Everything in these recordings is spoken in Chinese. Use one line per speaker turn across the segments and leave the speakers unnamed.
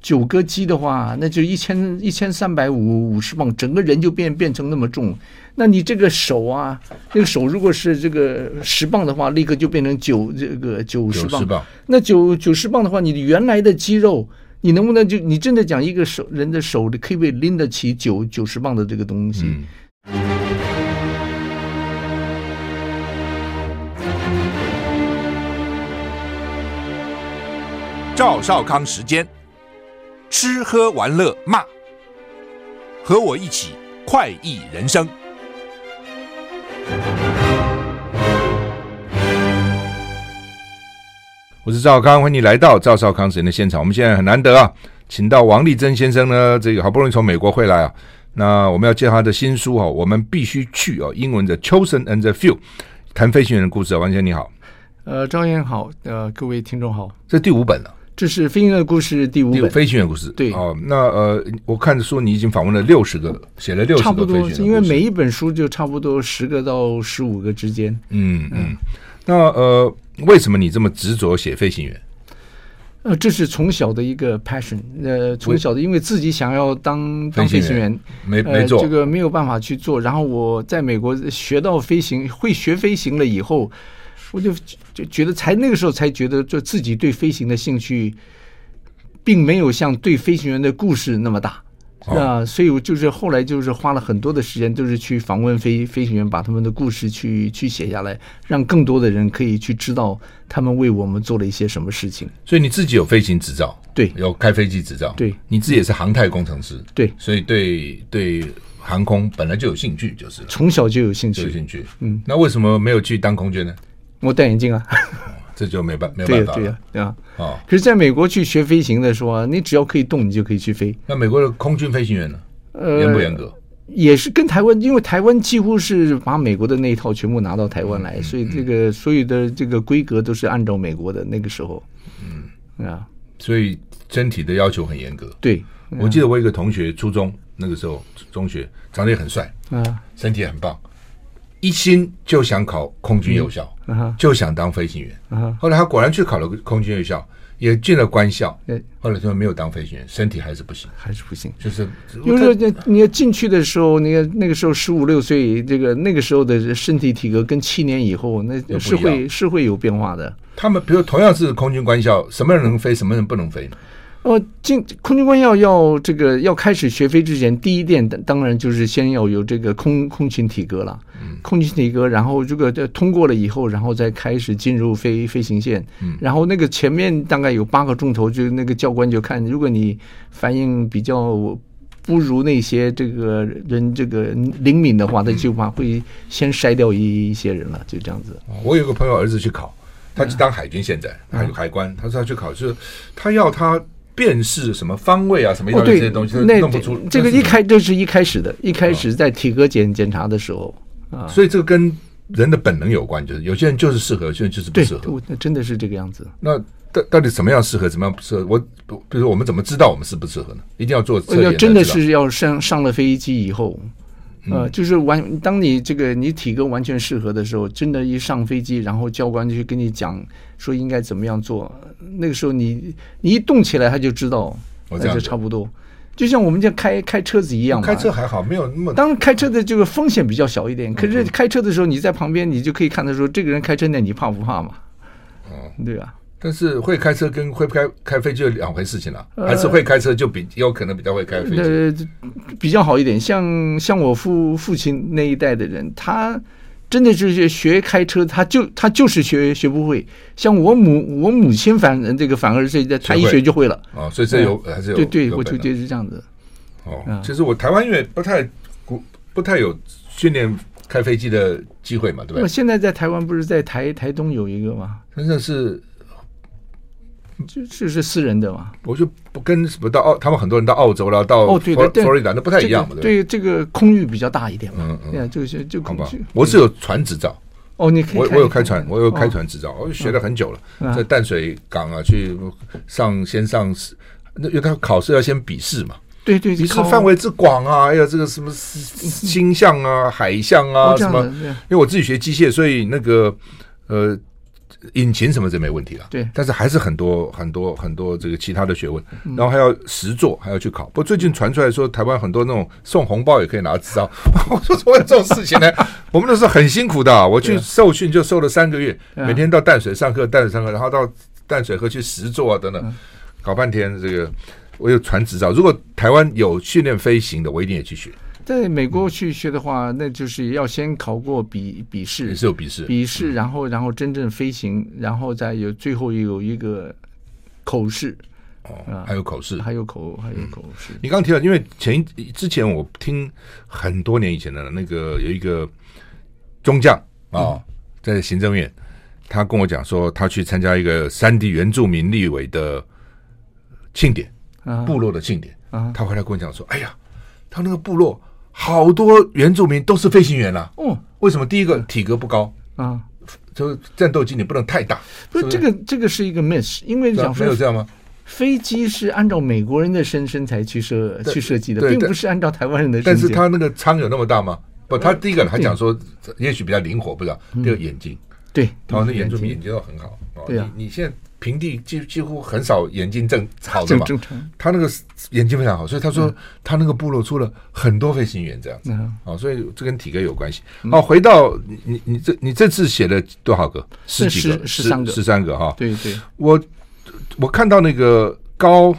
九个鸡的话，那就一千一千三百五五十磅，整个人就变变成那么重。那你这个手啊，那个手如果是这个十磅的话，立刻就变成九这个九十
九
磅
十。磅，
那九九十磅的话，你原来的肌肉，你能不能就你真的讲一个手人的手可以不可以拎得起九九十磅的这个东西？
嗯，
赵少康时间，吃喝玩乐骂，和我一起快意人生。
我是赵康，欢迎你来到赵少康时间的现场。我们现在很难得啊，请到王立珍先生呢，这个好不容易从美国回来啊，那我们要介绍他的新书哦，我们必须去哦，英文的《Chosen and the Few》，谈飞行员的故事啊。王先生你好，
呃，张燕好，呃，各位听众好，
这第五本了，
这是《飞鹰的故事》第五
第五
本，
飞行员的故事。
对
哦，那呃，我看说你已经访问了六十个，写了六十
差不
个
多
飞行员的故，事，
因为每一本书就差不多十个到十五个之间。
嗯嗯，那呃，为什么你这么执着写飞行员？
呃，这是从小的一个 passion，呃，从小的因为自己想要当当
飞
飞
行
行
员
员，
没
呃
没，做，
这个没有办法去做。然后我在美国学到飞行，会学飞行了以后，我就就觉得才那个时候才觉得，就自己对飞行的兴趣，并没有像对飞行员的故事那么大。
哦
啊，所以我就是后来就是花了很多的时间，就是去访问飞飞行员，把他们的故事去去写下来，让更多的人可以去知道他们为我们做了一些什么事情。
所以你自己有飞行执照，
对
有开飞机执照，
对
你自己也是航太工程师，
对，
所以对对航空本来就有兴趣，就是了，
从小就有兴
就有
趣。
兴趣。
嗯，
那为什么没有去当空军呢？
我戴眼镜啊，
这就没办没 有
对
办
呀、
法
对
了
呀、对啊。
啊、哦。
可是，在美国去学飞行的时候啊，你只要可以动，你就可以去飞。
那美国的空军飞行员呢，
呃，
严不严格？
也是跟台湾，因为台湾几乎是把美国的那一套全部拿到台湾
嗯
来，所以这个所有的这个规格都是按照美国的那个时候。嗯啊，
所以身体的要求很严格。
对啊
我记得我有一个同学，初中那个时候中学，长得也很帅，
啊
身体也很棒，一心就想考空军幼校，
啊哈
就想当飞行员。
啊哈，
后来他果然去考了空军院校，也进了官校
对。
后来他没有当飞行员，身体还是不行，
还是不行。
就是
因为你你要进去的时候，你看那个时候十五六岁，这个那个时候的身体体格跟七年以后那
又不一样
是会是会有变化的。
他们，比如同样是空军官校，什么人能飞，什么人不能飞呢？
哦，进空军官要要这个要开始学飞之前，第一点当当然就是先要有这个空空勤体格了，
嗯
空勤体格，然后这个呃通过了以后，然后再开始进入飞飞行线，
嗯
然后那个前面大概有八个钟头，就那个教官就看，如果你反应比较不如那些这个人这个灵敏的话，他就把会先筛掉一一些人了，就这样子。
我有个朋友儿子去考，他去当海军，现在
嗯
海海关，他说他去考，就是他要他辨识什么方位啊，什么一大
哦，
堆
对，
这些东西都
那
弄不出。
这个
那是哦
一开这是一开始的，一开始在体格检检查的时候。啊，
所以这个跟人的本能有关，就是有些人就是适合，有些人就是不
对
适，合。
我那真的是这个样子。
那到到底怎么样适合，怎么样不适合？我比如说我们怎么知道我们适不适合呢？一定要做测
呃
验
要
才知道。
真
嗯
的是要上上了飞机以后，呃，就是完，当你这个你体格完全适合的时候，真的，一上飞机，然后教官就跟你讲说应该怎么样做，那个时候你你一动起来，他就知道，那
我哦这样
就
子
差不多，就像我们这开开车子一样嘛，
开车还好，没有那么
当然，开车的这个风险比较小一点，可
嗯
是开车的时候，你在旁边，你就可以看到说，这个人开车那你怕不怕嘛？
嗯
对吧？
但是会开车跟会不开开飞机有两回事情了、啊还是会开车就比有可能比较会开飞机。
呃，比较好一点。像像我父父亲那一代的人，他真的就是学开车，他就他就是学学不会。像我母我母亲反这个反而是他一学就会了。
哦，所以这有、还是有
对对，
有
我
本
就
的
觉得是这样子。
哦
嗯，
其实我台湾因为不太不不太有训练开飞机的机会嘛，对不
那么
对？
现在在台湾不是在台台东有一个嘛，
真的是
就就是私人的嘛。
我就不跟什么到澳，他们很多人到澳洲啦，到
哦对
佛
对对
佛罗里达那不太一样嘛，
这个
对不对？
对这个空域比较大一点嘛。
嗯
对
嗯，
啊，这个是就
好吧
就，
我是有船执照，
哦，你可以
我
看
我有
一
开
看
船，我有开
哦
船执照，我学了很久了，
嗯
在淡水港啊去上先上，那因为他考试要先笔试嘛，
对对，
你是
靠
范围之广啊，还有这个什么星象啊、海象啊
哦这
什
样
么
的，对
因为我自己学机械，所以那个呃引擎什么这没问题了，
对
但是还是很多很多很多这个其他的学问，然后还要实做，还要去考。不过最近传出来说，台湾很多那种送红包也可以拿执照， 我说怎么有这种事情呢？我们那时候很辛苦的啊，我去受训就受了三个月，
对啊
每天到淡水上课，淡水上课，然后到淡水河去实做啊等等，搞半天这个。我有传执照，如果台湾有训练飞行的，我一定也去学，
在美国去学的话，那就是要先考过笔笔
也
试，
是有笔试。嗯
笔试，然后然后真正飞行，然后再有最后有一个口试，
哦，还有口试，
还有口还有口试。
你刚提到，因为前一之前我听很多年以前的了那个有一个中将啊、
嗯
在行政院，他跟我讲说，他去参加一个山地原住民立委的庆典，
啊
部落的庆典，
啊
他回来跟我讲说，哎呀，他那个部落好多原住民都是飞行员啦、
哦
为什么？第一个体格不高，
啊，
就是战斗机你不能太大，
不是这个这个是一个 miss，因为
是吧
讲
啊没
说
有这样吗？
飞机是按照美国人的身身材去设
对
去设计的，
对
并
但
不是按照台湾人的身
但是
形。
他那个仓有那么大吗？不，他
嗯
第一个他讲说，也许比较灵活，不知道。第二眼睛，
对，
台湾的原住民眼睛都很好。哦
对啊
你你现在平地几几乎很少眼睛正好的
正
嘛，
正常。
他那个眼睛非常好，所以他说他那个部落出了很多飞行员这样子。
嗯
哦，所以这跟体格有关系。哦，回到你你你这你这次写了多少个？十几个？
十13个
十三个哈。
对对，
我我看到那个高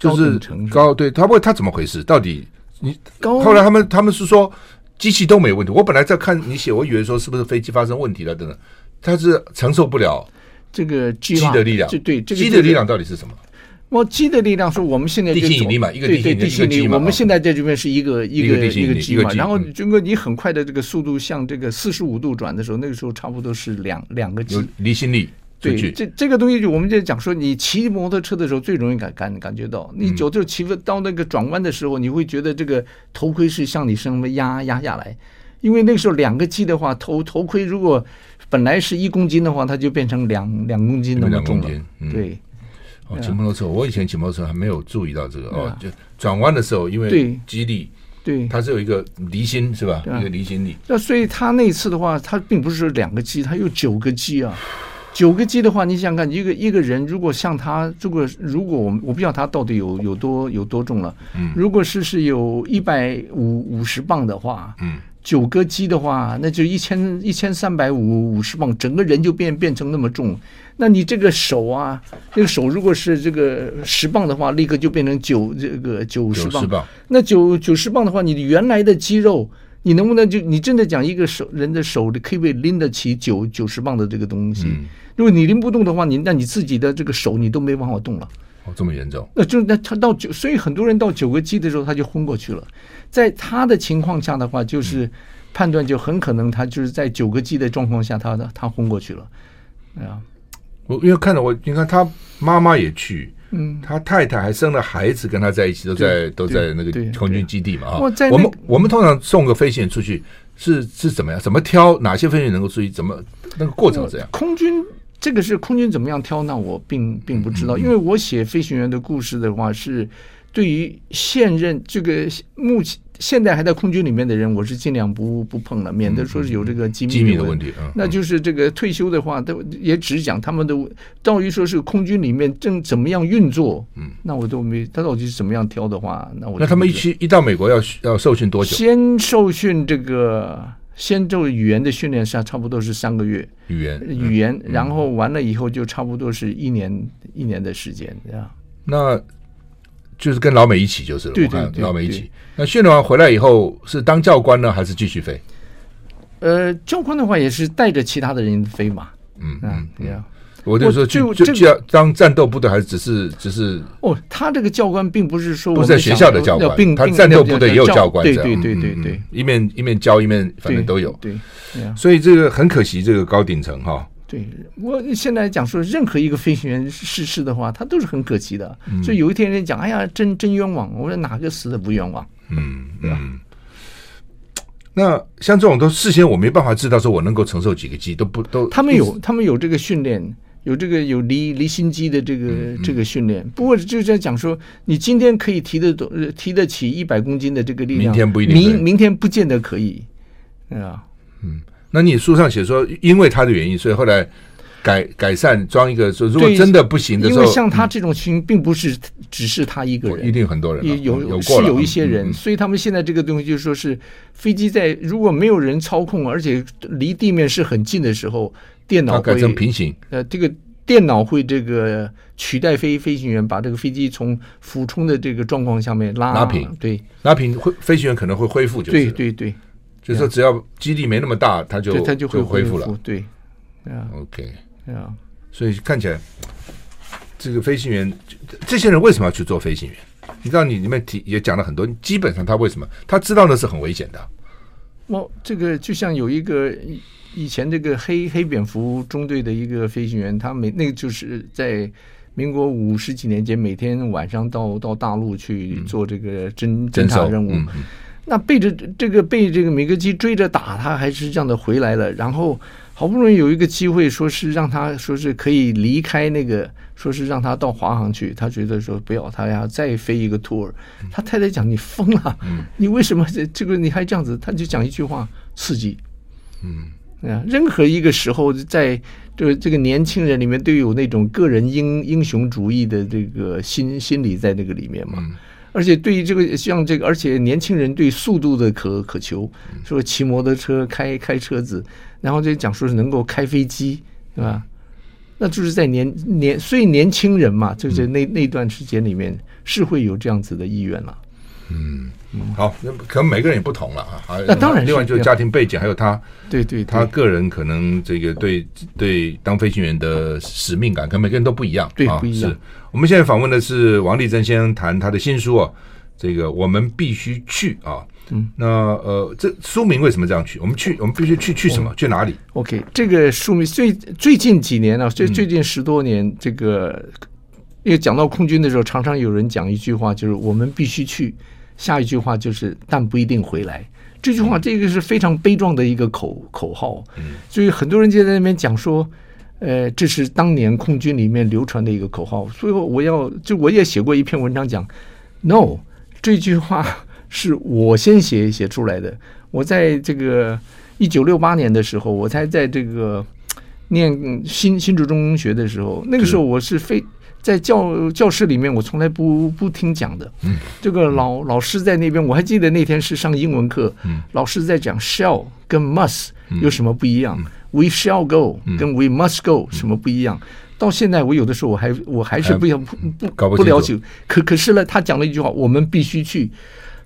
就
高
是
秉承是吧哦
高，对他问他怎么回事？到底你
高
后来他们他们是说机器都没问题。我本来在看你写，我以为说是不是飞机发生问题了等等，它是承受不了
这个 G
机的力量。
这对这个
机的力量到底是什么？
我鸡的力量是我们现在就
地心引力嘛一个
对
地心
对
引力
地
一
心
个
引
鸡
力，
嘛
我
啊
们现在这这边是一个一
一个
个
地心
一
引力
个
一
鸡
个
嘛，
鸡
然后
嗯
经过你很快的这个速度向这个四十五度转的时候，那个时候差不多是两两个
有
鸡。
离心力出
对，
去，
这这个东西就我们就讲说，你骑摩托车的时候最容易感感感觉到，
嗯
你有时候骑到那个转弯的时候，你会觉得这个头盔是向你身边压压下来，因为那个时候两个鸡的话，头头盔如果本来是一公斤的话，它就变成两两公斤那么
两
重
公
了
斤。。嗯，
对啊
哦，骑摩托车，我以前骑摩托车还没有注意到这个
对
哦
啊，
就转弯的时候，因为
对
机力
对，
它是有一个离心是吧？
对啊
一个离心力。
那所以他那次的话，他并不是两个鸡，他有九个鸡啊。九个鸡的话，你想想看，一个一个人如果像他，如果如果我们我不知道他到底有有多有多重了，嗯，如果是是有一百五五十磅的话，
嗯，
九个鸡的话，那就一千一千三百五五十磅，整个人就变变成那么重。那你这个手啊，那个手如果是这个十磅的话，立刻就变成九这个九十
九
磅
十，磅，
那九九十磅的话，你原来的肌肉，你能不能就你真的讲一个手人的手可以不可以拎得起九九十磅的这个东西？如果你拎不动的话，你那你自己的这个手你都没办法动了。
哦，这么严重。
那就那他到九，所以很多人到九个 G 的时候他就昏过去了。在他的情况下的话，就是判断就很可能他就是在九个 G 的状况下他他昏过去了。啊，
我因为看到我，你看他妈妈也去，
嗯，
他太太还生了孩子，跟他在一起，都在都在那个
对
空军基地嘛啊。
我在那
我们我们通常送个飞行员出去是是怎么样？怎么挑哪些飞行员能够出去？怎么那个过程是怎样？
空军这个是空军怎么样挑，那我并并不
嗯
知道，因为我写飞行员的故事的话，是对于现任这个目前现在还在空军里面的人，我是尽量不不碰了，免得说是有这个机密
嗯机密的
问
问题嗯
那就是这个退休的话，都也只讲他们的，到于说是空军里面正怎么样运作，嗯，那我都没，他到底是怎么样挑的话，那我
那他们一
起。
去一到美国要要受训多久？
先受训这个先受语言的训练下，差不多是三个月，
语言
语言，
嗯
然后完了以后就差不多是一年一年的时间，这样。
那就是跟老美一起就是了。
对
我看
对对
老美一起
对。
那训练完回来以后是当教官呢，还是继续飞？
呃，教官的话也是带着其他的人飞嘛，
嗯
啊
嗯，，
这样。
我就说
我
去
就
就
这个
就要当战斗部队，还是只是只是
哦，他这个教官并不是说
不
我
是在
们
学
想
校的教
要
官，
并
他
并
战斗部队也有教官，
对
这
对
样
对对
嗯嗯
对
嗯，一面一面教一面，反正
对
都有。
对对啊
所以这个很可惜，这个高顶层哈，
对，我现在讲说，任何一个飞行员逝世的话，他都是很可惜的。
嗯
所以有一天人讲，哎呀，真真冤枉，我说哪个死的不冤枉？
嗯
啊
嗯。那像这种都事先我没办法知道，说我能够承受几个 G 都不都，
他们有他们有这个训练，有这个有离离心机的这个、
嗯
这个训练。不过就是在讲说，你今天可以提得动呃提得起一百公斤的这个力量，
明天不一定可以
明明天不见得可以，对吧？啊
那你书上写说，因为他的原因，所以后来改改善装一个说，如果
对
真的不行的
因
时
为
候，
像他这种情形，并不是只是他一个人，
哦一定很多人
也
了
有
有
是
过了
有一
嗯
些人，所以他们现在这个东西就是说是飞机在如果没有人操控，而且离地面是很近的时候，电
它
脑
改
会
成平行，
呃这个电脑会这个取代飞飞行员，把这个飞机从俯冲的这个状况下面拉
拉平
对
那平会飞行员可能会恢复，就是
对
了
对对，
就是说只要基地没那么大，它就
对它就会
恢
复
了。
对啊
OK，
啊，
所以看起来这个飞行员，这些人为什么要去做飞行员？你知道你里面提也讲了很多，基本上他为什么他知道那是很危险的，
我这个就像有一个以以前这个黑黑蝙蝠中队的一个飞行员，他每那个就是在民国五十几年间，每天晚上到到大陆去做这个侦侦
真
察
守
任务。
嗯嗯
那背着这个被这个米格机追着打，他还是这样的回来了。然后好不容易有一个机会，说是让他说是可以离开那个，说是让他到华航去。他觉得说不要，他要再飞一个 tour。他太太讲：“你疯了，你为什么这这个你还这样子？”他就讲一句话：刺激。啊，任何一个时候，在这个这个年轻人里面，都有那种个人英英雄主义的这个心心理在那个里面嘛。而且对于这个像这个，而且年轻人对速度的渴渴求，说骑摩托车、开开车子，然后就讲说是能够开飞机，对吧？那就是在年年，所以年轻人嘛，就是那那段时间里面是会有这样子的意愿了。
嗯好，那可能每个人也不同了啊。还有
那当然是
另外就是家庭背景，还有他
对对
他
对，
个人可能这个对对当飞行员的使命感，跟每个人都不一样，
对
啊、
不一样
是我们现在访问的是王立珍先生，谈他的新书哦，这个我们必须去啊。嗯，那呃，这书名为什么这样去？我们去，我们必须去，去什
哦
么？去哪里？
OK，这个书名最最近几年呢、最最近十多年，这个因为讲到空军的时候，常常有人讲一句话，就是我们必须去，下一句话就是但不一定回来。这句话，这个是非常悲壮的一个口口号，所以很多人就在那边讲说，呃，这是当年空军里面流传的一个口号。所以我要就我也写过一篇文章讲，no 这句话是我先写写出来的。我在这个一九六八年的时候，我才在这个念嗯新新竹中学的时候，那个时候我是非在教教室里面，我从来不不听讲的。
嗯
这个老老师在那边，我还记得那天是上英文课，
嗯
老师在讲 shall 跟 must 有什么不一
嗯
样、w e shall go 跟 we must go 什么不一样？到现在我有的时候我还我还是不想不
搞不
不了
清
解，可可是呢，他讲了一句话，我们必须去。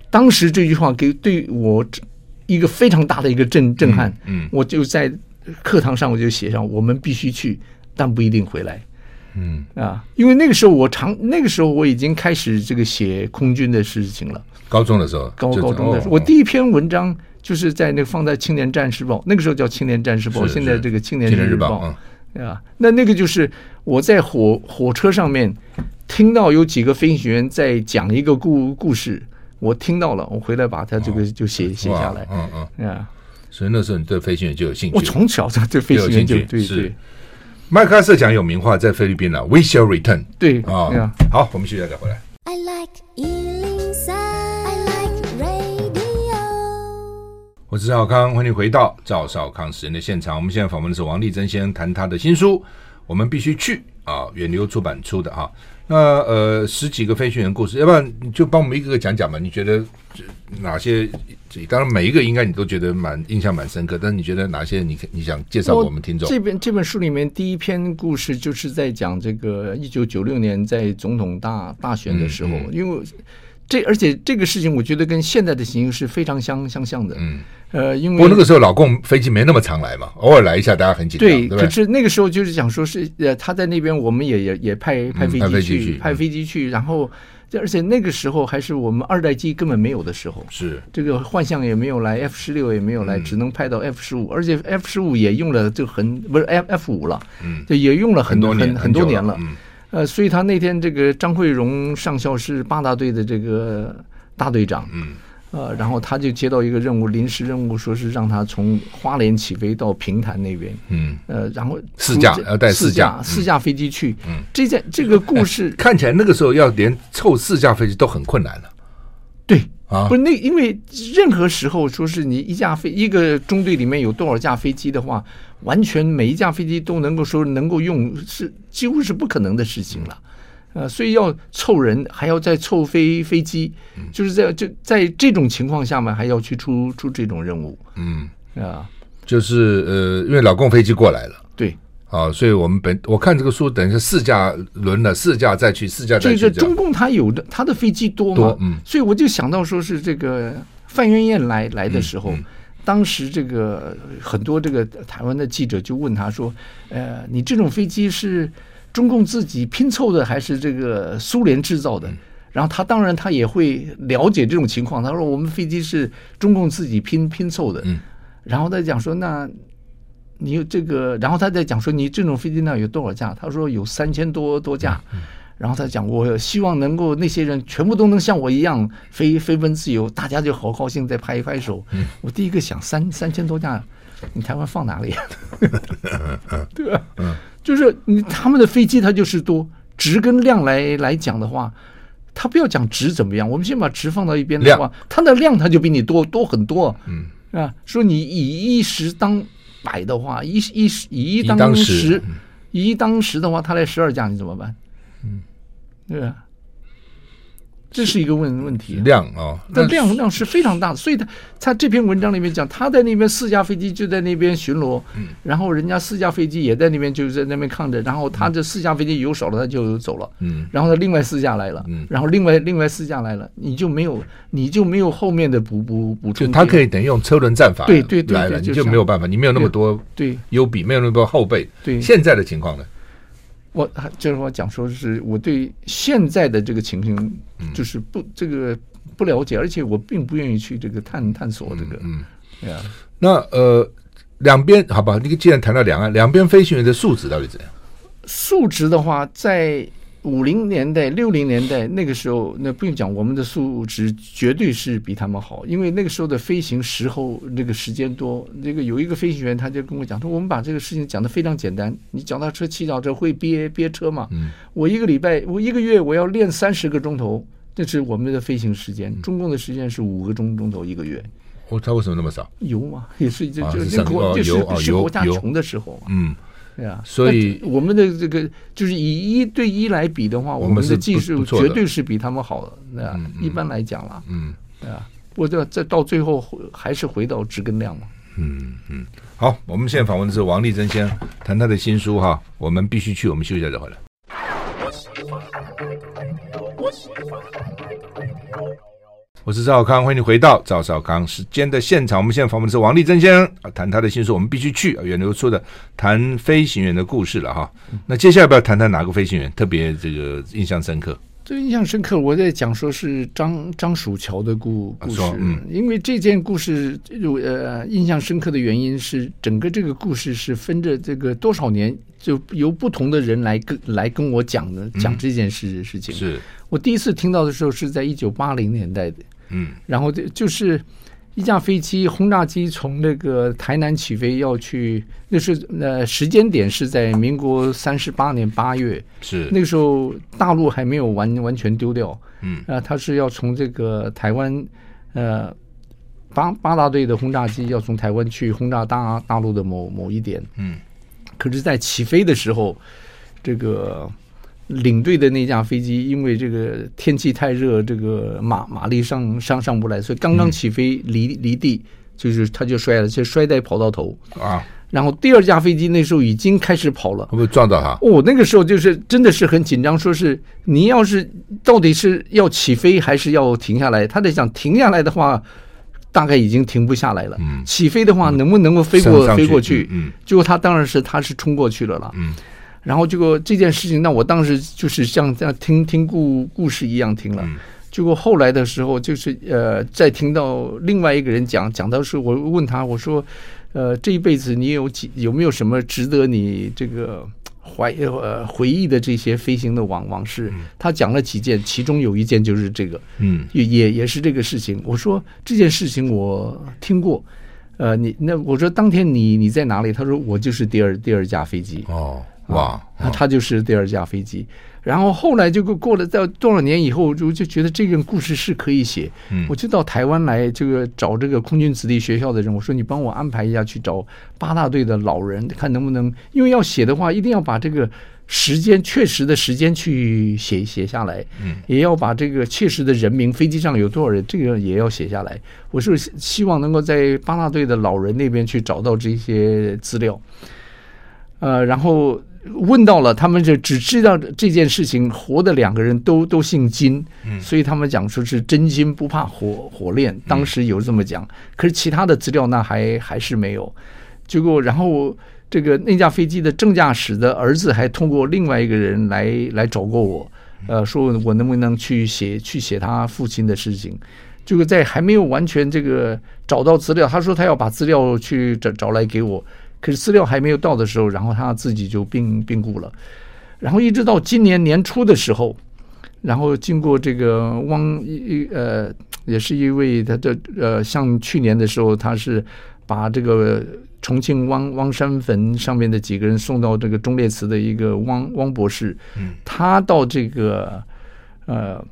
当时这句话给对我一个非常大的一个震震撼，
嗯嗯
我就在课堂上我就写上，我们必须去，但不一定回来。
嗯
啊，因为那个时候我常，那个时候我已经开始这个写空军的事情了。
高中的时候，
高
就哦
高中的时候，我第一篇文章就是在那个放在《青年战士报》，那个时候叫《青年战士报》，
是
现在
是
这个《青年
青年日报
报
嗯》
对啊，那那个就是我在火火车上面听到有几个飞行员在讲一个故故事，我听到了，我回来把它这个就写写下来
哦哇嗯嗯，
啊。
所以那时候你对飞行员就有兴趣。
我从小就对飞行员就
有兴趣
对
是
对
麦克阿瑟讲有名话，在菲律宾了，We shall return
对
啊
对啊。。
好，我们休息一下再回来。
I like Ealing Sound. I like radio.
我是赵少康，欢迎回到赵少康时间的现场。我们现在访问的是王立珍先生，谈他的新书《我们必须去》啊，远流出版出的啊。那呃，十几个飞行员故事，要不然你就帮我们一个个讲讲吧。你觉得这哪些？这当然每一个应该你都觉得蛮印象蛮深刻，但是你觉得哪些你你想介绍给我们听众？
这本这本书里面第一篇故事就是在讲这个一九九六年在总统大大选的时候，
嗯
因为这而且这个事情我觉得跟现在的情形是非常相相像的。
嗯，
呃，因
不
为
过那个时候老共飞机没那么常来嘛，偶尔来一下，大家很紧张，
对，
对不对
可？是那个时候就是讲说是呃，他在那边，我们也也也派派飞
嗯派飞
机
机
去
去
派飞机去，然后而且那个时候还是我们二代机根本没有的时候，
是
这个幻象也没有来，F 十六也没有
嗯
来，只能派到 F 十五，而且 F 十五也用了就很不是 F F 五了，
嗯，
就也用了很
多年
很很多
久
年了，
嗯
呃，所以他那天这个张惠荣上校是八大队的这个大队长，
嗯，
呃，然后他就接到一个任务，临时任务，说是让他从花莲起飞到平潭那边，
嗯，
呃，然后
四架
出这
要带嗯四
四
架
架四架飞机去，嗯，这件这个故事
看起来那个时候要连凑四架飞机都很困难了。
对，
啊
不，是那，因为任何时候说是你一架飞一个中队里面有多少架飞机的话，完全每一架飞机都能够说能够用，是几乎是不可能的事情了。
嗯
呃，所以要凑人，还要再凑飞飞机，
嗯
就是在就在这种情况下嘛，还要去出出这种任务
嗯，
啊、
就是呃，因为老共飞机过来了。
对，
啊，所以我们本我看这个书，等于是四架轮了，四架再去，四架再
这
去
个
这
中
样。
共它有的它的飞机多嘛，
多嗯
所以我就想到说是这个范元燕来来的时候，
嗯
当时这个呃很多这个台湾的记者就问他说，呃，你这种飞机是中共自己拼凑的还是这个苏联制造
嗯
的？然后他当然他也会了解这种情况，他说我们飞机是中共自己拼拼凑的，
嗯
然后他讲说那你有这个，然后他在讲说你这种飞机那有多少架？他说有三千多多架。
嗯
然后他讲，我希望能够那些人全部都能像我一样飞飞奔自由，大家就好高兴，再拍一拍手。
嗯
我第一个想三三千多架，你台湾放哪 里？对吧？
嗯
就是你他们的飞机它就是多值跟量来来讲的话，它不要讲值怎么样，我们先把值放到一边的话
量，
它的量它就比你多多很多。
嗯，
啊，说你以一时当百的话，一一以一
当
当
十
十
嗯，
以一当十的话，他来十二架，你怎么办？嗯，对吧？这是一个问问题啊、
量啊，
但
那
量量是非常大的，所以他他这篇文章里面讲，他在那边四架飞机就在那边巡逻，
嗯
然后人家四架飞机也在那边就是在那边抗着，然后他这四架飞机油少了他就走了，
嗯
然后他另外四架来了，
嗯
然后另外另外四架来了，你就没有你就没有后面的补补补
就
充点，
它可以等于用车轮战法
对对对
来了，
对
你
就
就是没有办法，你没有那么多
对
优比，没有那么多后备。
对
现在的情况呢？
我还就是我讲说是我对现在的这个情形
嗯
就是不这个不了解，而且我并不愿意去这个探探索这个，
嗯，
对啊。
那呃，两边好吧，你既然谈到两岸，两边飞行员的素质到底怎样？
数值的话，在五零年代、六零年代那个时候，那不用讲，我们的数值绝对是比他们好，因为那个时候的飞行时候那个时间多。那个有一个飞行员他就跟我讲，说我们把这个事情讲得非常简单，你脚踏车、骑脚车会憋憋车嘛？
嗯
我一个礼拜，我一个月我要练三十个钟头，这是我们的飞行时间。中共的时间是五个钟钟头一个月，
我他为什么那么少？
油嘛，也是这
啊
就是是国
上
就是
哦油哦
是
油
国家
油
穷的时候嘛。
嗯，
对啊，
所以
那我们的这个就是以一对一来比的话，我
我们
们
是
的技
不不
术
错的
绝对是比他们好的。对啊，一般来讲啦，
嗯，
对啊，不过这这到最后回还是回到质跟量嘛。
好，我们现在访问的是王立珍先生，谈他的新书哈，我们必须去，我们休息一下再回来。我是赵少康，欢迎你回到赵少康时间的现场。我们现在访问的是王立珍先生，啊谈他的新书《我们必须去》，啊远流出的谈飞行员的故事了哈。
嗯
那接下来要不要谈谈哪个飞行员特别这个印象深刻？
最印象深刻，我在讲说是张张曙桥的故
啊
故事
说，嗯
因为这件故事呃印象深刻的原因是整个这个故事是分着这个多少年，就由不同的人来跟来跟我讲的讲这件事事情。
是，
我第一次听到的时候是在一九八零年代的，
嗯
然后这就是一架飞机轰炸机从那个台南起飞，要去那是呃时间点是在民国三十八年八月，
是，
那个时候大陆还没有完完全丢掉，
嗯
啊、它是要从这个台湾呃八八大队的轰炸机要从台湾去轰炸大大陆的某某一点，
嗯
可是，在起飞的时候，这个领队的那架飞机因为这个天气太热，这个马马力上上上不来，所以刚
嗯
刚起飞离、离地，就是它就摔了，这摔在跑道头。
啊，
然后第二架飞机那时候已经开始跑了
会。不会撞到他？
哦，那个时候就是真的是很紧张，说是你要是到底是要起飞还是要停下来？他在想停下来的话，大概已经停不下来了。
嗯
起飞的话，能不能够飞
上
过
上
飞过
去
去？
嗯嗯
结果他当然是他是冲过去了啦。
嗯
然后结果这件事情，那我当时就是像这样听听故故事一样听了。
嗯
结果后来的时候，就是呃，再听到另外一个人讲讲到说，我问他我说，呃，这一辈子你有几有没有什么值得你这个怀呃回忆的这些飞行的往往事？他讲了几件，其中有一件就是这个，
嗯
也也也是这个事情。我说这件事情我听过，呃，你那我说当天你你在哪里？他说我就是第二第二架飞机。
哦，哇，
啊啊，他就是第二架飞机。然后后来就过过了到多少年以后，我就就觉得这个故事是可以写。
嗯
我就到台湾来，这个找这个空军子弟学校的人，我说你帮我安排一下去找八大队的老人，看能不能，因为要写的话，一定要把这个时间确实的时间去写写下来，嗯，也要把这个确实的人名，飞机上有多少人，这个也要写下来。我是希希望能够在八大队的老人那边去找到这些资料。呃，然后问到了，他们就只知道这件事情，活的两个人都都姓金，所以他们讲说是真金不怕火火炼，当时有这么讲，可是其他的资料那还还是没有。结果，然后这个那架飞机的正驾驶的儿子还通过另外一个人来来找过我，呃，说我能不能去写去写他父亲的事情。这个在还没有完全这个找到资料，他说他要把资料去找找来给我，可是资料还没有到的时候，然后他自己就病病故了，然后一直到今年年初的时候，然后经过这个汪一一呃，也是一位他的呃，像去年的时候，他是把这个重庆汪汪山坟上面的几个人送到这个忠烈祠的一个汪汪博士，他到这个呃。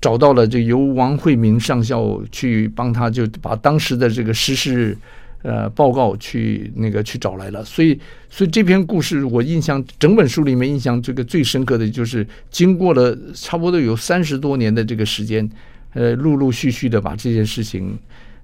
找到了这由王惠明上校去帮他，就把当时的这个时事呃报告去那个去找来了。所以，所以这篇故事我印象整本书里面印象这个最深刻的就是，经过了差不多有三十多年的这个时间，呃，陆陆续续的把这件事情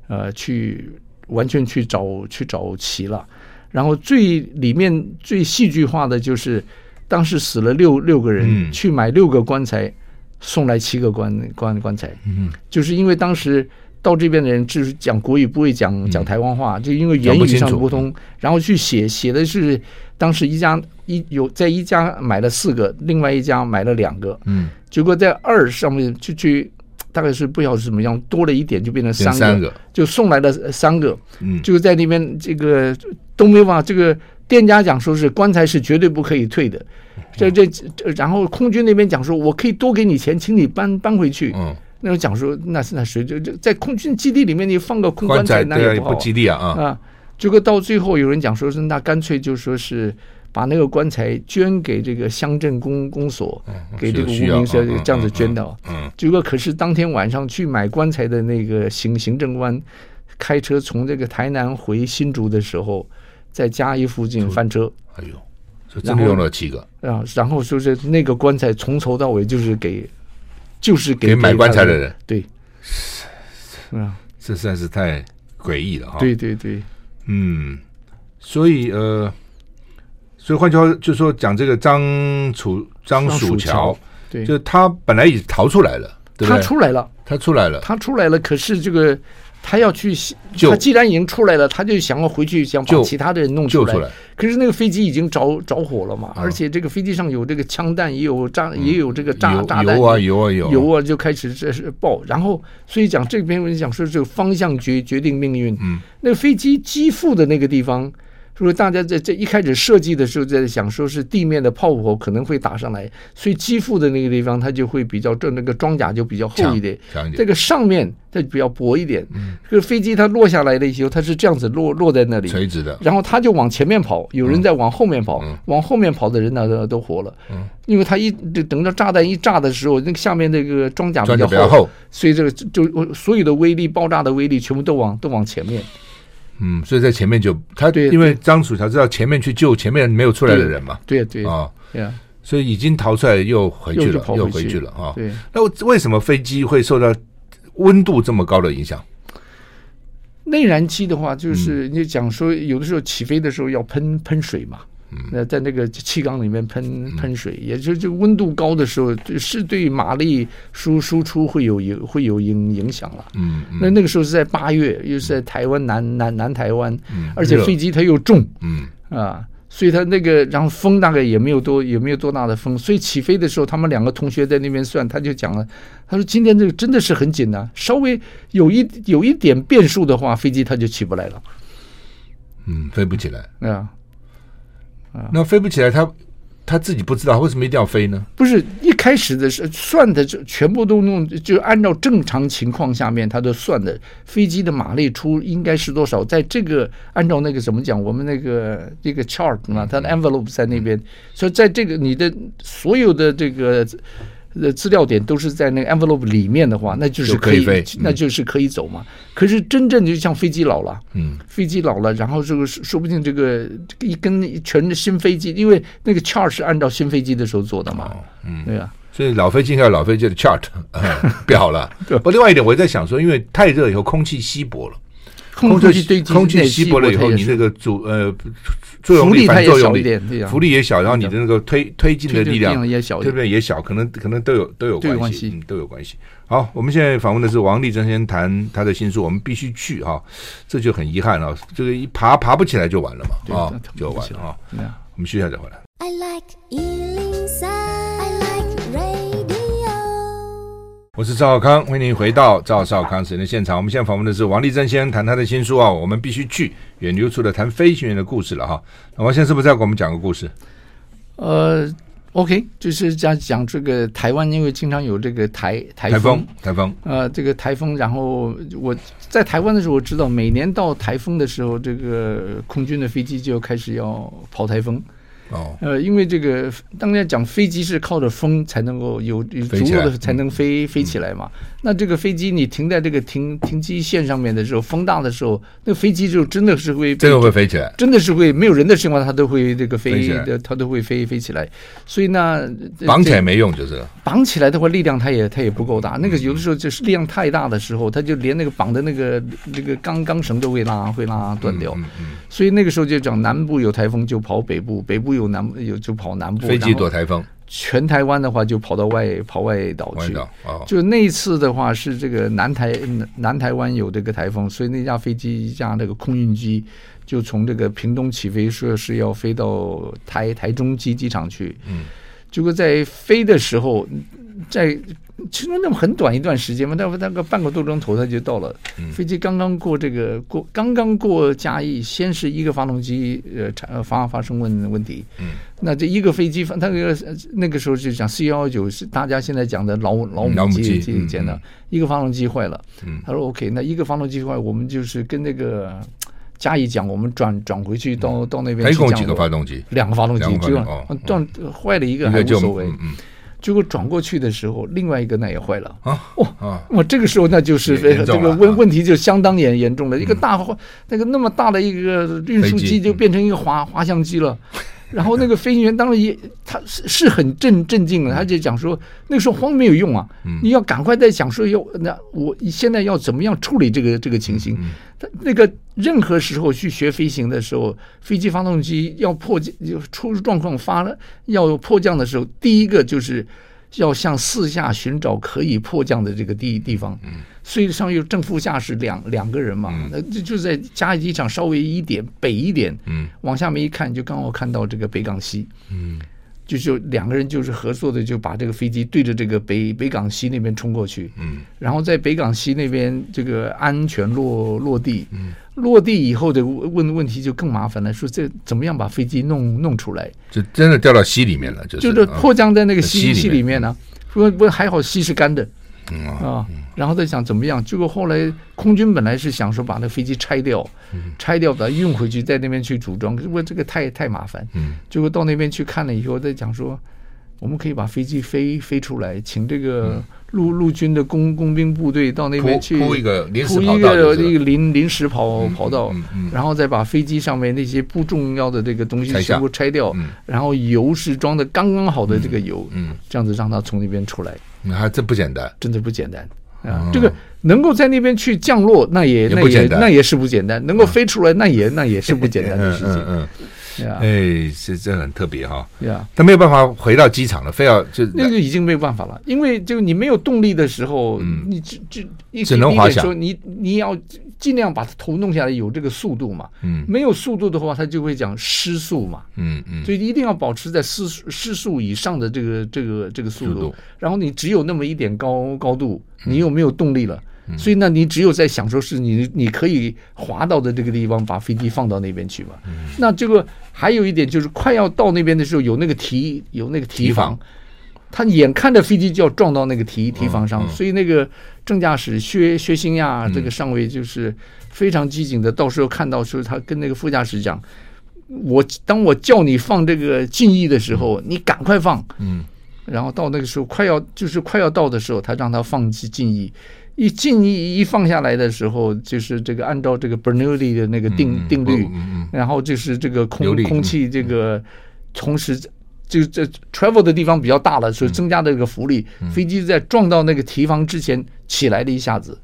呃去完全去找去找齐了。然后最里面最戏剧化的就是，当时死了六六个人，
嗯
去买六个棺材。送来七个棺棺棺材，
嗯，
就是因为当时到这边的人只是讲国语，不会
嗯
讲讲台湾话，就因为言语上的不通，然后去写写的是当时一家一有在一家买了四个，另外一家买了两个，
嗯，
结果在二上面就去大概是不晓得是怎么样，多了一点就变成三
变
个，
三个，
就送来了三个，
嗯
就在那边这个都没有办法，这个店家讲说是棺材是绝对不可以退的，
嗯
这这这然后空军那边讲说我可以多给你钱，请你搬搬回去。
嗯，
那种讲说那是那谁就就在空军基地里面你放个空棺
棺材
材那
对啊
也
也
不好
不
啊
吉利啊啊，
啊。结果到最后有人讲说是那干脆就说是。把那个棺材捐给这个乡镇公公所，给这个无
嗯是有需要
名社
嗯嗯
这样子捐
嗯
到。
嗯
结果可是当天晚上去买棺材的那个行行政官，开车从这个台南回新竹的时候，在嘉义附近翻车
哎呦，这真的用了七个，
啊，然后说是那个棺材从头到尾就是给，就是给
给买棺材的人，
对，啊，
这算是哦太诡异了哈。
对，对对，
嗯，所以呃，所以换句话就说，讲这个张楚张
张
曙
曙
桥，
对，
就他本来已逃出来了，对不
他
对？
出来了，
他出来了，
他出来了，可是这个他要去，
救
他既然已经出来了，他就想要回去，想把
救
其他的人弄
救
来
出。来，
可是那个飞机已经着着火了
啊
嘛，而且这个飞机上有这个枪弹，也有炸，也有这个炸炸
油
弹，
油嗯啊油啊油，
油啊，就开始这是爆。然后，所以讲这篇文讲说，这个方向决决定命运。
嗯，
那个飞机机腹的那个地方，说大家在这一开始设计的时候，在想说是地面的炮火可能会打上来，所以机腹的那个地方它就会比较这那个装甲就比较厚一点。
强嗯一
这
点，
个上面它比较薄一点，这个飞机它落下来了以后，它是这样子落落在那里，
垂直的，
然后他就往前面跑，有
嗯
人在往后面跑，往后面跑的人呢都都活了，
嗯
因为他一就等着炸弹一炸的时候，那个下面那个装甲比
钻的
较
比较
厚，
厚，
所以这个就就所有的威力、爆炸的威力全部都往都往前面。
嗯，所以在前面就他
对
因为张楚桥知道前面去救前面没有出来的人嘛，
对对
啊，
对啊，
所以已经逃出来又回去
又就
了，
跑
又
回
回
去
去了啊。
对。
那我为什么飞机会受到温度这么高的影响？
内燃机的话，就是
嗯
你讲说，有的时候起飞的时候要喷喷水嘛，
嗯
那在那个气缸里面喷喷水，也就就温度高的时候，是对马力输输出会有影会有影影响了。
嗯，嗯
那那个时候是在八月，又是在台湾南南南台湾，
嗯
而且
热
飞机它又重
嗯
啊，所以它那个然后风大概也没有多也没有多大的风，所以起飞的时候，他们两个同学在那边算，他就讲了，他说今天这个真的是很紧呐、稍微有一有一点变数的话，飞机它就起不来了
嗯，飞不起来。
啊。
那飞不起来，它他自己不知道为什么一定要飞呢？
不是一开始的是算的，就全部都弄，就按照正常情况下面他都算的，飞机的马力出应该是多少，在这个按照那个怎么讲，我们那个这个 chart 嘛，它的 envelope 在那边，所以在这个你的所有的这个。呃，资料点都是在那个 envelope 里面的话，那就是
就可
可
以
以，
飞嗯
那就是可以走嘛。可是真正就像飞机老了，
嗯，
飞机老了，然后这个说说不定这个这个一根全新飞机，因为那个 chart 是按照新飞机的时候做的嘛，嗯，对啊，
所以老飞机还有老飞机的 chart 呃 表了。不，另外一点我在想说，因为太热以后空气稀薄了，
空
空
气堆积，
空气稀薄了以后，你那个主呃作用力、
浮力它
反
也
作用
小一
力
点对、啊
浮力也小，然后你的那个推推进的力量
也小一
对不
点，
对？也小，可能可能都有都有
都有
关
关系
系，嗯，都有关系。好，我们现在访问的是王立珍先谈他的新书，我们必须去哈、这就很遗憾了、这个一爬爬不起来就完了嘛，
对
啊、
它爬不
就完
起
了
来
啊、
对啊
我们休息一下再回来。
I like Ealing Sound. I like radio.
我是赵少康，欢迎您回到赵少康时间的现场。我们现在访问的是王立珍先生，谈他的新书啊，我们必须去远流出的谈飞行员的故事了哈。那王先生是不是再给我们讲个故事？
呃，OK，就是讲讲这个台湾，因为经常有这个台台
台风，台风，
呃，这个台风，然后我在台湾的时候，我知道每年到台风的时候，这个空军的飞机就开始要跑台风。
哦，
呃，因为这个当然讲飞机是靠着风才能够有有
飞
足
起
够
来嗯
的才能飞飞起来嘛。那这个飞机你停在这个停停机线上面的时候，风大的时候，那飞机就真的是会被
这个会飞起来，
真的是会没有人的情况下，它都会这个
飞起
飞
来
的，它都会飞飞起来。所以呢，呃
绑起
这
来没用就是了。
绑起来的话，力量它也它也不够大。那个有的时候就是力量太大的时候，它就连那个绑的那个那个钢钢绳都会拉会拉断掉。
嗯嗯
所以那个时候就讲南部有台风就跑北部，北部有南有就跑南部，
飞机
然后
躲台风，
全台湾的话就跑到外跑外岛
外
去。
岛哦，
就那一次的话是这个南台南南台湾有这个台风，所以那架飞机一架那个空运机就从这个屏东起飞，说是要飞到台台中机机场去。
嗯，
结果在飞的时候，在其实那么很短一段时间嘛，大概大概半个多钟头它就到了。
嗯
飞机刚刚过这个过刚刚过嘉义，先是一个发动机呃产呃发发生问问题。
嗯，
那这一个飞机，那个那个时候就讲 C 幺幺九是大家现在讲的老老
老母
母
鸡
机机
嗯
简的
嗯，
一个发动机坏了。
嗯
他说 OK，那一个发动机坏，我们就是跟那个嘉义讲，我们转转回去到到那边
它
去
一嗯共
降
几个
落
发动机？
两个发动
两
机，
个发
就
动哦哦
断坏了一个
一
还无
个就
所谓
嗯。嗯
结果转过去的时候，另外一个那也坏了。
啊
哦
啊，
我这个时候那就是
也严
这
重
个
了啊
问问题就相当严严重了，一个大花那个那么大的一个运输
嗯飞机嗯
机就变成一个滑滑翔机了。然后那个飞行员当然也，他是是很震震惊
嗯
的，他就讲说，那个时候慌没有用啊，你要赶快再想说要那我现在要怎么样处理这个这个情形。
嗯
他那个任何时候去学飞行的时候，飞机发动机要迫降就出状况发了要迫降的时候，第一个就是要向四下寻找可以迫降的这个地地方。所以上有正副下是两两个人嘛，那就就在嘉义机场稍微一点北一点，
嗯
往下面一看就刚好看到这个北港西，
嗯，
就是两个人就是合作的，就把这个飞机对着这个北北港西那边冲过去，
嗯，
然后在北港西那边这个安全落落地，
嗯
落地以后的问问题就更麻烦了，说这怎么样把飞机弄弄出来？
就真的掉到溪里面了，就是
就是
啊
迫降在那个
溪里
溪
面
溪里面呢、说不还好溪是干的，
嗯啊
啊，然后再想怎么样，结果后来空军本来是想说把那飞机拆掉，
嗯
拆掉把它运回去，在那边去组装，结果这个太太麻烦，
嗯
结果到那边去看了以后，再讲说我们可以把飞机飞飞出来，请这个陆陆军的工工兵部队到那
嗯铺
边去
铺一个临时
铺
跑
一
道就
个
是了
一个临临时跑跑道
嗯嗯，
然后再把飞机上面那些不重要的这个东西
拆下
全部拆掉
嗯，
然后油是装的刚刚好的这个油
嗯嗯，
这样子让它从那边出来。
嗯还真不简单。
真的不简单啊！这个能够在那边去降落，那也
哦也
那
不
也
简单
那也是不简单；能够飞出来，那也 那也是不简单的
嗯
事
嗯
情。
嗯，
对啊，
哎，这这很特别哈，
对啊，
但没有办法回到机场了，非要就
那个已经没有办法了，因为就你没有动力的时候，你只只你
嗯只能滑翔
说你你要尽量把头弄下来，有这个速度嘛。
嗯
没有速度的话，它就会讲失速嘛。
嗯嗯
所以一定要保持在失失速以上的这个这个这个速
速
度嗯
度，
然后你只有那么一点高高度，你又没有动力了，所以那你只有在享受是你你可以滑到的这个地方，把飞机放到那边去嘛。那这个还有一点就是，快要到那边的时候，有那个提有那个提
防
防，他眼看着飞机就要撞到那个提提
嗯
防上，所以那个正驾驶薛薛兴亚这个上尉就是非常机警的，到时候看到说他跟那个副驾驶讲，我当我叫你放这个襟翼的时候，你赶快放，
嗯，
然后到那个时候快要就是快要到的时候，他让他放弃襟翼。一襟翼一放下来的时候，就是这个按照这个 Bernoulli 的那个定、
嗯
定律，
嗯嗯
然后就是这个
流嗯
空
力
空气这个同时就这 travel 的地方比较大了，所
嗯
以增加的这个浮力，飞机在撞到那个提防之前起来了一下子，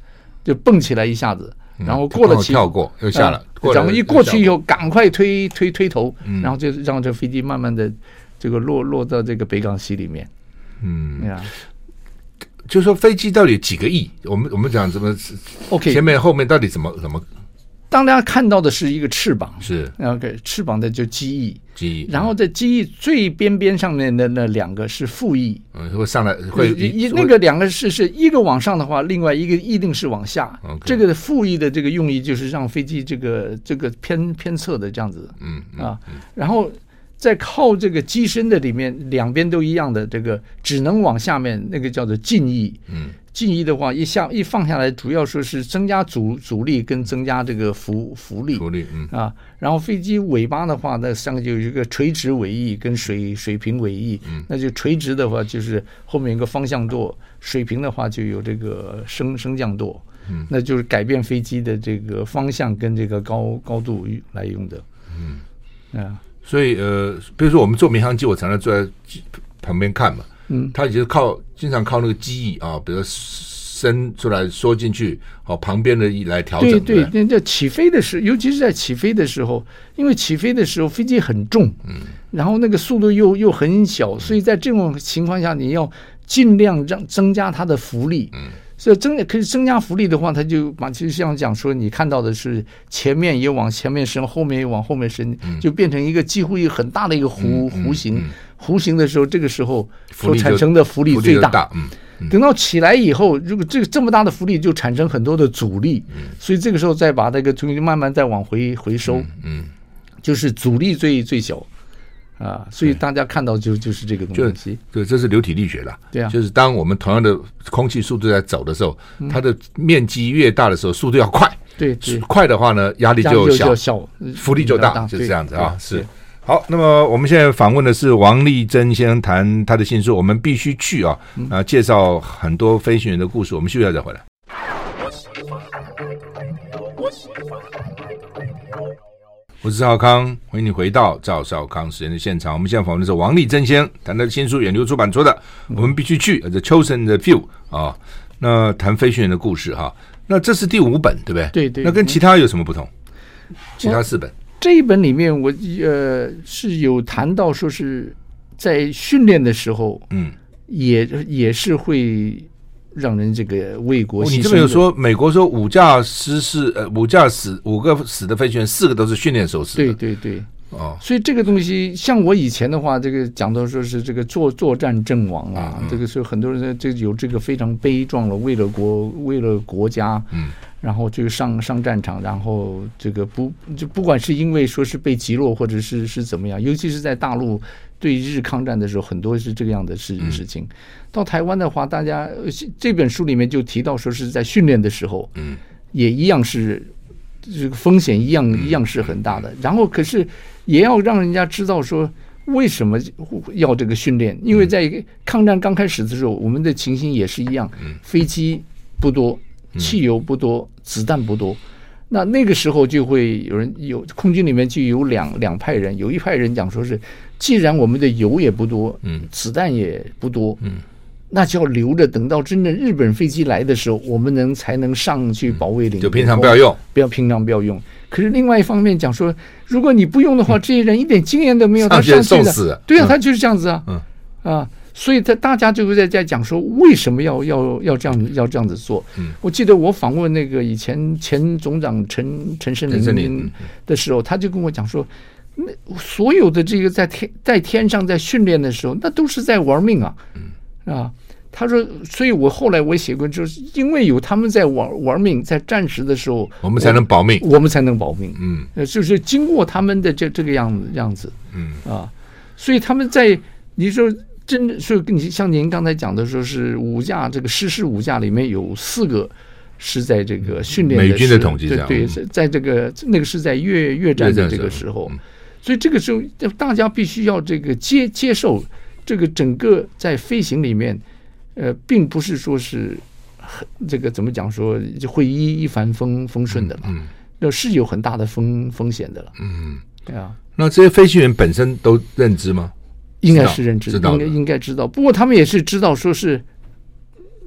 就蹦起来一下子，
嗯，
然后过了
刚好
起
跳过又下了，
嗯
过了
然后一过去以
又
后赶快推推推头
嗯，
然后就让这飞机慢慢的这个落落到这个北港西里面，啊
下了，嗯，
呀
就说飞机到底几个亿？我们我们讲怎么
，OK，
前面后面到底怎么怎么
当大家看到的是一个翅膀啊
是
，OK，翅膀的就机翼。
几亿？
然后在机翼最边边上面的那两个是副翼，
嗯会上来会
一那个两个是是一个往上的话，另外一个一定是往下
OK。
这个副翼的这个用意就是让飞机这个这个偏偏侧的这样子
嗯
啊，然后在靠这个机身的里面，两边都一样的这个只能往下面那个叫做襟翼。
嗯
襟翼的话，一下一放下来，主要说是增加阻阻力跟增加这个浮浮力。
福利嗯
啊，然后飞机尾巴的话，那上面就有一个垂直尾翼跟水水平尾翼，那就垂直的话就是后面有个方向舵，水平的话就有这个升升降舵，那就是改变飞机的这个方向跟这个高高度来用的，嗯啊。
所以呃，比如说我们坐民航机，我常常坐在机旁边看嘛，嗯，它也是靠经常靠那个机翼啊，比如伸出来缩进去，哦，旁边的翼来调整，
对
对
对
不，对，
那叫起飞的时候，尤其是在起飞的时候，因为起飞的时候飞机很重，嗯，然后那个速度又又很小，所以
嗯
在这种情况下，你要尽量让增加它的浮力，嗯，所以增可以增加浮力的话，它就把就像讲说，你看到的是前面也往前面伸，后面也往后面伸，
嗯
就变成一个几乎一个很大的一个弧弧形。弧形的时候，这个时候
浮
所
力就
产生的浮力
浮
最
就
大，
大，嗯，
等到起来以后，如果这个这么大的浮力就产生很多的阻力，所以这个时候再把那个东西慢慢再往回回收，
嗯，
就是阻力最最小啊，所以大家看到就就是这个
就
东西，
对，这是流体力学啦，
对啊嗯
就是当我们同样的空气速度在走的时候，它的面积越大的时候，速度要快，
对对，
快的话呢，压力
这样
就
就
小
就，小，
福利就大，就是
对
这样子啊。
对
是
对
好，那么我们现在访问的是王立珍先生，谈他的新书，我们必须去啊啊，介绍很多飞行员的故事。我们休息一下再回来。我是赵康，欢迎你回到赵少康时间的现场。我们现在访问的是王立珍先生，谈他的新书远流出版出的《我们必须去》呃《The Chosen the Few》啊，那谈飞行员的故事哈、那这是第五本对不对？
对对
那跟其他有什么不同？其他四本。
这一本里面我呃是有谈到说是在训练的时候
嗯，
也也是会让人这个为国
哦
牺牲的。
你这边有说美国说五架失事，呃，五架死，五个死的飞行员，四个都是训练手死的。
对对对。
哦，
所以这个东西，像我以前的话，这个讲到说是这个作作战阵亡啊，
嗯
这个是很多人这有这个非常悲壮了，为了国为了国家，
嗯，
然后这个上上战场，然后这个不就不管是因为说是被击落，或者是是怎么样，尤其是在大陆对日抗战的时候，很多是这个样的
嗯
事事情。到台湾的话，大家呃这本书里面就提到说是在训练的时候，
嗯，
也一样是这个风险一样一样是很大的。然后可是也要让人家知道说为什么要这个训练，因为在
嗯
抗战刚开始的时候，我们的情形也是一样，飞机不多，
嗯
汽油不多，子弹不多。那那个时候就会有人有空军里面就有两两派人，有一派人讲说是，既然我们的油也不多，
嗯
子弹也不多，嗯，那就要留着，等到真正日本飞机来的时候，我们能才能上去保卫领、
嗯就平常不要，用，
不要平常不要用。可是另外一方面讲说，如果你不用的话，这些人一点经验都没有，
嗯上
他
去
上
送
去
死
的，对啊，他就是这样子啊，
嗯
啊，所以他大家就会在在讲说，为什么要要要这样要这样子做？
嗯
我记得我访问那个以前前总长陈陈胜
陈胜林嗯
林的时候，他就跟我讲说，那所有的这个在天在天上在训练的时候，那都是在玩命啊，啊。他说，所以我后来我也写过，就是因为有他们在玩玩命，在战时的时候，
我们才能保命。
我们才能保命。
嗯
呃，就是经过他们的这这个样子样子
嗯
啊，所以他们在你说真的是跟你像您刚才讲的说是武架这个师师武架里面有四个是在这个训练
美军的
的
统计
对
下
对，
嗯
在在这个那个是在越越战的这个时
嗯
候，所以这个时候大家必须要这个接接受这个整个在飞行里面，呃，并不是说是很这个怎么讲说就会一一帆风风顺的了，
嗯
那是有很大的风风险的了，
嗯，
对啊。
那这些飞行员本身都认知吗？
应该是认知，
知道
应
的
该应该知道。不过他们也是知道，说是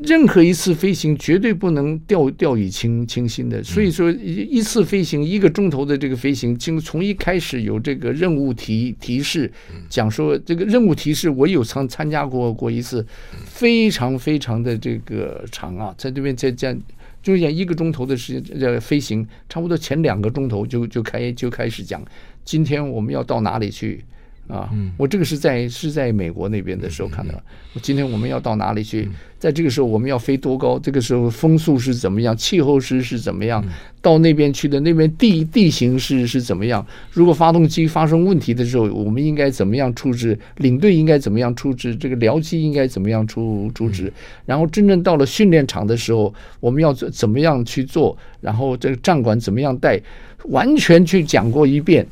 任何一次飞行绝对不能掉掉以轻轻心
嗯
的。所以说一一次飞行一个钟头的这个飞行，经从一开始有这个任务提提示，
嗯
讲说这个任务提示，我有参参加过过一次，
嗯
非常非常的这个长啊，在这边在在。就是讲一个钟头的时间，呃，飞行差不多前两个钟头就就开就开始讲，今天我们要到哪里去，啊，我这个是在是在美国那边的时候看到的。我今天我们要到哪里去？在这个时候我们要飞多高？这个时候风速是怎么样？气候是是怎么样？到那边去的那边地地形是是怎么样？如果发动机发生问题的时候，我们应该怎么样处置？领队应该怎么样处置？这个僚机应该怎么样处处置？然后真正到了训练场的时候，我们要怎怎么样去做？然后这个战管怎么样带？完全去讲过一遍。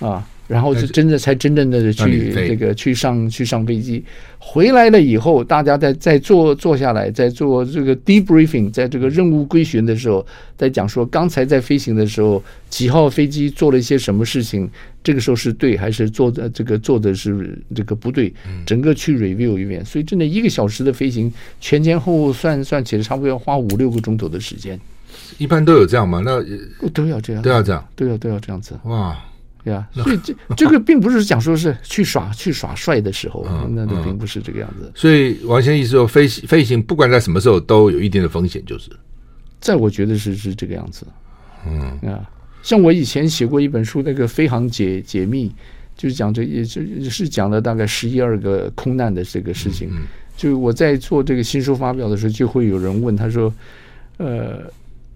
啊，然后是真的才真正的
让你
去
飞
这个去上去上飞机，回来了以后，大家再再坐坐下来，在做这个 debriefing，在这个任务归询的时候，在讲说刚才在飞行的时候几号飞机做了一些什么事情，这个时候是对还是做的这个做的是这个不对，
嗯
整个去 review 一遍。所以真的一个小时的飞行，前前后后算算起来，差不多要花五六个钟头的时间，
一般都有这样吗？那呃
都要这样，
都要这样
都要都要这样子。
哇。
对啊，所以这这个并不是讲说是去耍去耍帅的时候，
嗯
那那并不是这个样子。
所以王先生意思说，飞行飞行不管在什么时候都有一定的风险，就是
在我觉得是是这个样子。嗯啊，像我以前写过一本书，那个《飞航解解密》，就是讲这也就是讲了大概十一二个空难的这个事
嗯
情。就我在做这个新书发表的时候，就会有人问他说：“呃，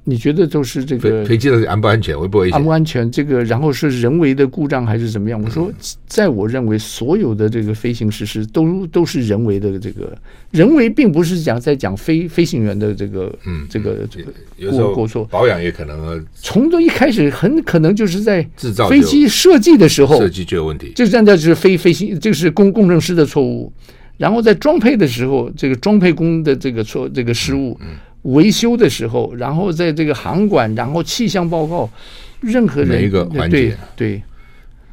你觉得都是这
飞
个
飞机到底安不安全，危不危
安
险
不？安全？这个然后是人为的故障还是怎么样？我
嗯
说，在我认为，所有的这个飞行实施都都是人为的这个人为，并不是讲在讲飞飞行员的这个
嗯
这个这个
有时
过
候
过错。
保养也可能呃
从这一开始，很可能就是在
制造就
飞机设计的时候，
设计就有问题。
就站在是飞飞行，这是工工程师的错误。然后在装配的时候，这个装配工的这个错这个失
嗯
误，维修的时候，然后在这个航管，然后气象报告，任何人
每一个环节
对对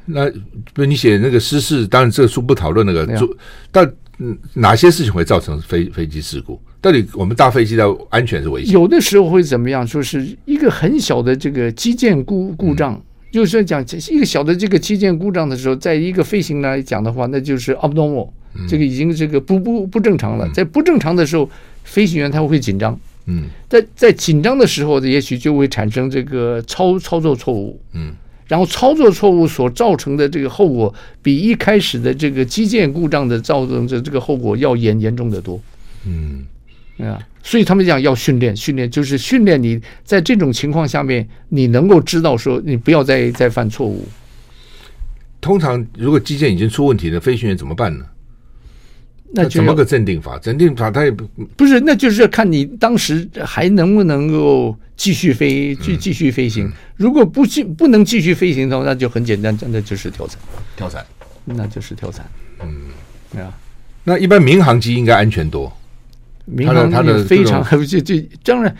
那不，你写那个失事，当然这个书不讨论那个
对啊
做，到嗯哪些事情会造成飞飞机事故？到底我们大飞机的安全是危险？
有的时候会怎么样？就是一个很小的这个基建故故障，就是讲一个小的这个基建故障的时候，在一个飞行来讲的话，那就是 abnormal，、这个已经这个不不不正常了。在不正常的时候，飞行员他会紧张，
嗯
在在紧张的时候，也许就会产生这个操操作错误。
嗯，
然后操作错误所造成的这个后果，比一开始的这个基建故障的造成的这个后果要严严重的多。
嗯，
啊，所以他们讲要训练，训练就是训练你在这种情况下面，你能够知道说你不要再再犯错误。
通常如果机件已经出问题了，飞行员怎么办呢？
那就
怎么
要
个镇定法？镇定法他也不
不是，那就是要看你当时还能不能够继续飞，继
嗯
继续飞行。如果不继不能继续飞行的话，那就很简单，真的就是跳伞，
跳伞。
那就是跳伞。嗯，啊，
那一般民航机应该安全多，
民
他的
航
他的
也非
这种
常 就就当然。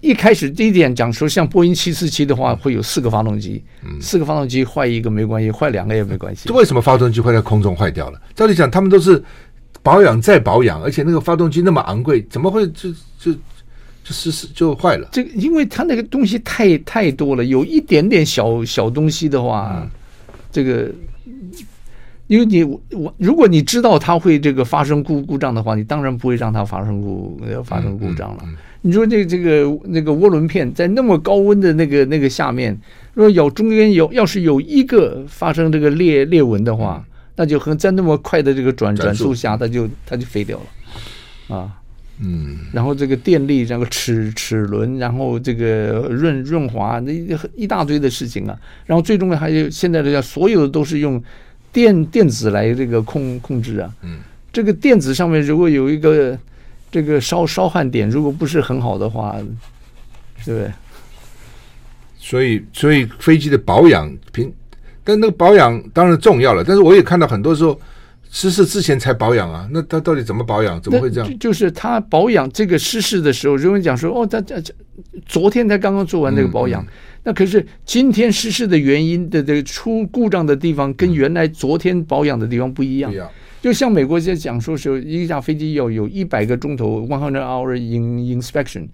一开始第一点讲说，像波音七四七的话，会有四个发动机，
嗯
四个发动机坏一个没关系，坏两个也没关系。
这为什么发动机会在空中坏掉了？照理讲，他们都是保养再保养，而且那个发动机那么昂贵，怎么会就就就失事就坏了？
这个，因为它那个东西太太多了，有一点点小小东西的话，这个，因为你我我如果你知道它会这个发生故故障的话，你当然不会让它发生故呃发生故障了。
嗯
你说这这个那个涡轮片在那么高温的那个那个下面，如果有中间有要是有一个发生这个裂裂纹的话，那就很在那么快的这个转
转
转
速
速下，它就它就飞掉了，啊。
嗯，
然后这个电力，然后齿齿轮，然后这个润润滑，那一一大堆的事情啊。然后最终还有现在的叫所有的都是用电电子来这个控控制啊。
嗯，
这个电子上面如果有一个这个烧烧焊点，如果不是很好的话，对不对？
所以所以飞机的保养平，但那个保养当然重要了，但是我也看到很多时候失事之前才保养啊，那他到底怎么保养？怎么会这
那
样？
就就是他保养这个失事的时候，如果你讲说哦，他他他昨天才刚刚做完
嗯
这个保养，那可是今天失事的原因的这个出故障的地方
嗯
跟原来昨天保养的地方不一样。
对呀，
就像美国在讲说是一架飞机要有一百个钟头 （one hundred hour in inspection），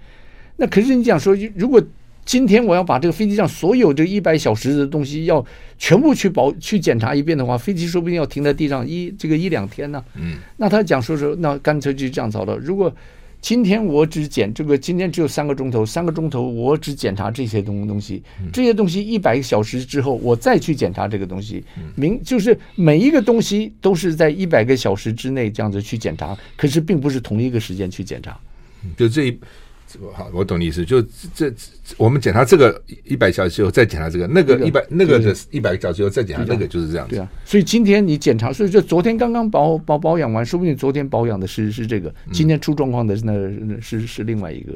那可是你讲说，如果今天我要把这个飞机上所有这一百小时的东西要全部去保去检查一遍的话，飞机说不定要停在地上一这个一两天呢、
嗯，
那他讲说说，那干脆就这样好了。如果今天我只检这个，今天只有三个钟头，三个钟头我只检查这些东东西，这些东西一百个小时之后，我再去检查这个东西。明就是每一个东西都是在一百个小时之内这样子去检查，可是并不是同一个时间去检查。
就这一。好，我懂你意思。就这，这我们检查这个一百小时以后再检查这个，那个一百那个的一百个小时以后再检查那个，就是这样
对
子。
啊，所以今天你检查，所以就昨天刚刚保保保养完，说不定昨天保养的是是这个，今天出状况的那那是是另外一个。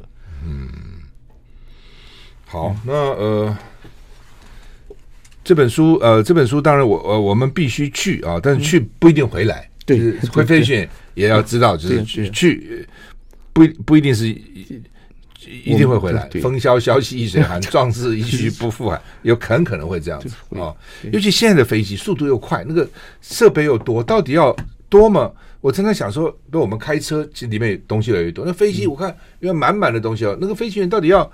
好，
嗯
那呃，这本书呃，这本书当然我呃我们必须去啊，但是去不一定回来。
嗯对
就是
对
会飞行也要知道，就是
对
去
对
去不一不一定是一一定会回来
对。对
风萧萧兮易水寒，壮士一去不复返，有很可能会这样子
会
啊。尤其现在的飞机速度又快，那个设备又多，到底要多么？我常常想说，那我们开车其实里面东西越来越多，那飞机
嗯
我看因为满满的东西哦，那个飞行员到底要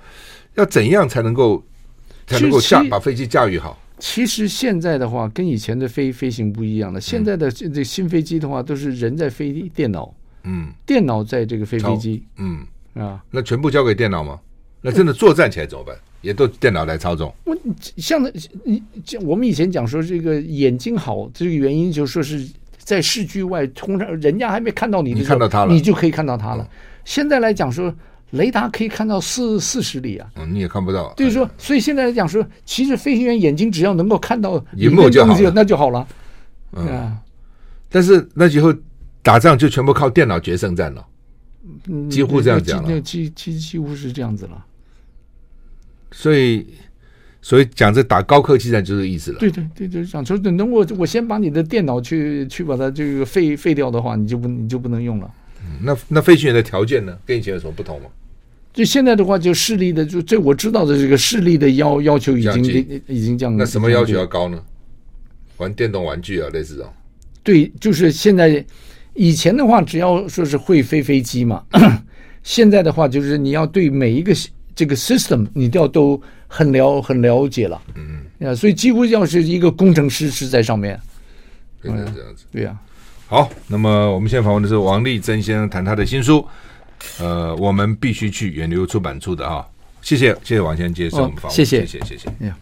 要怎样才能够才能够
其实
驾把飞机驾驭好？
其实现在的话，跟以前的飞飞行不一
嗯
样了。现在的这这新飞机的话，都是人在飞电脑，
嗯
电脑在这个飞飞机
嗯，
啊。
那全部交给电脑吗？那真的作战起来怎么办？也都电脑来操纵。
我像那你像我们以前讲说这个眼睛好，这个原因就说是在市区外，通常人家还没看到你的时候，
你看到它了嗯
你就可以看到它了。现在来讲说，雷达可以看到四四十里啊。
嗯，你也看不到。
就是说，所以现在来讲说，其实飞行员眼睛只要能够看到
荧幕
里面
就好
东西
了嗯
那就好了。啊，
但是那以后打仗就全部靠电脑决胜战了，
嗯
几乎这样讲了
那几几几乎是这样子了。
所以所以讲这打高科技战就是这个意思了。
对对对对，想说等我我先把你的电脑去去把它这个废废掉的话，你就不你就不能用了。
嗯那那飞行员的条件呢，跟以前有什么不同吗？
就现在的话，就视力的就这我知道的这个视力的要要求已
降
经
级
已经降。
那什么要求要
降低？
高呢？玩电动玩具啊，类似这种。
对，就是现在以前的话，只要说是会飞飞机嘛， 现在的话就是你要对每一个这个 system 你都要都很了很了解了。嗯，啊，所以几乎要是一个工程师是在上面。
变成这样子。
对呀、
好，那么我们现在访问的是王立珍先生，谈他的新书，呃，我们必须去远流出版处的哈、谢谢谢谢王先生接受我们访问，
哦谢谢
谢谢谢谢。
哎呀。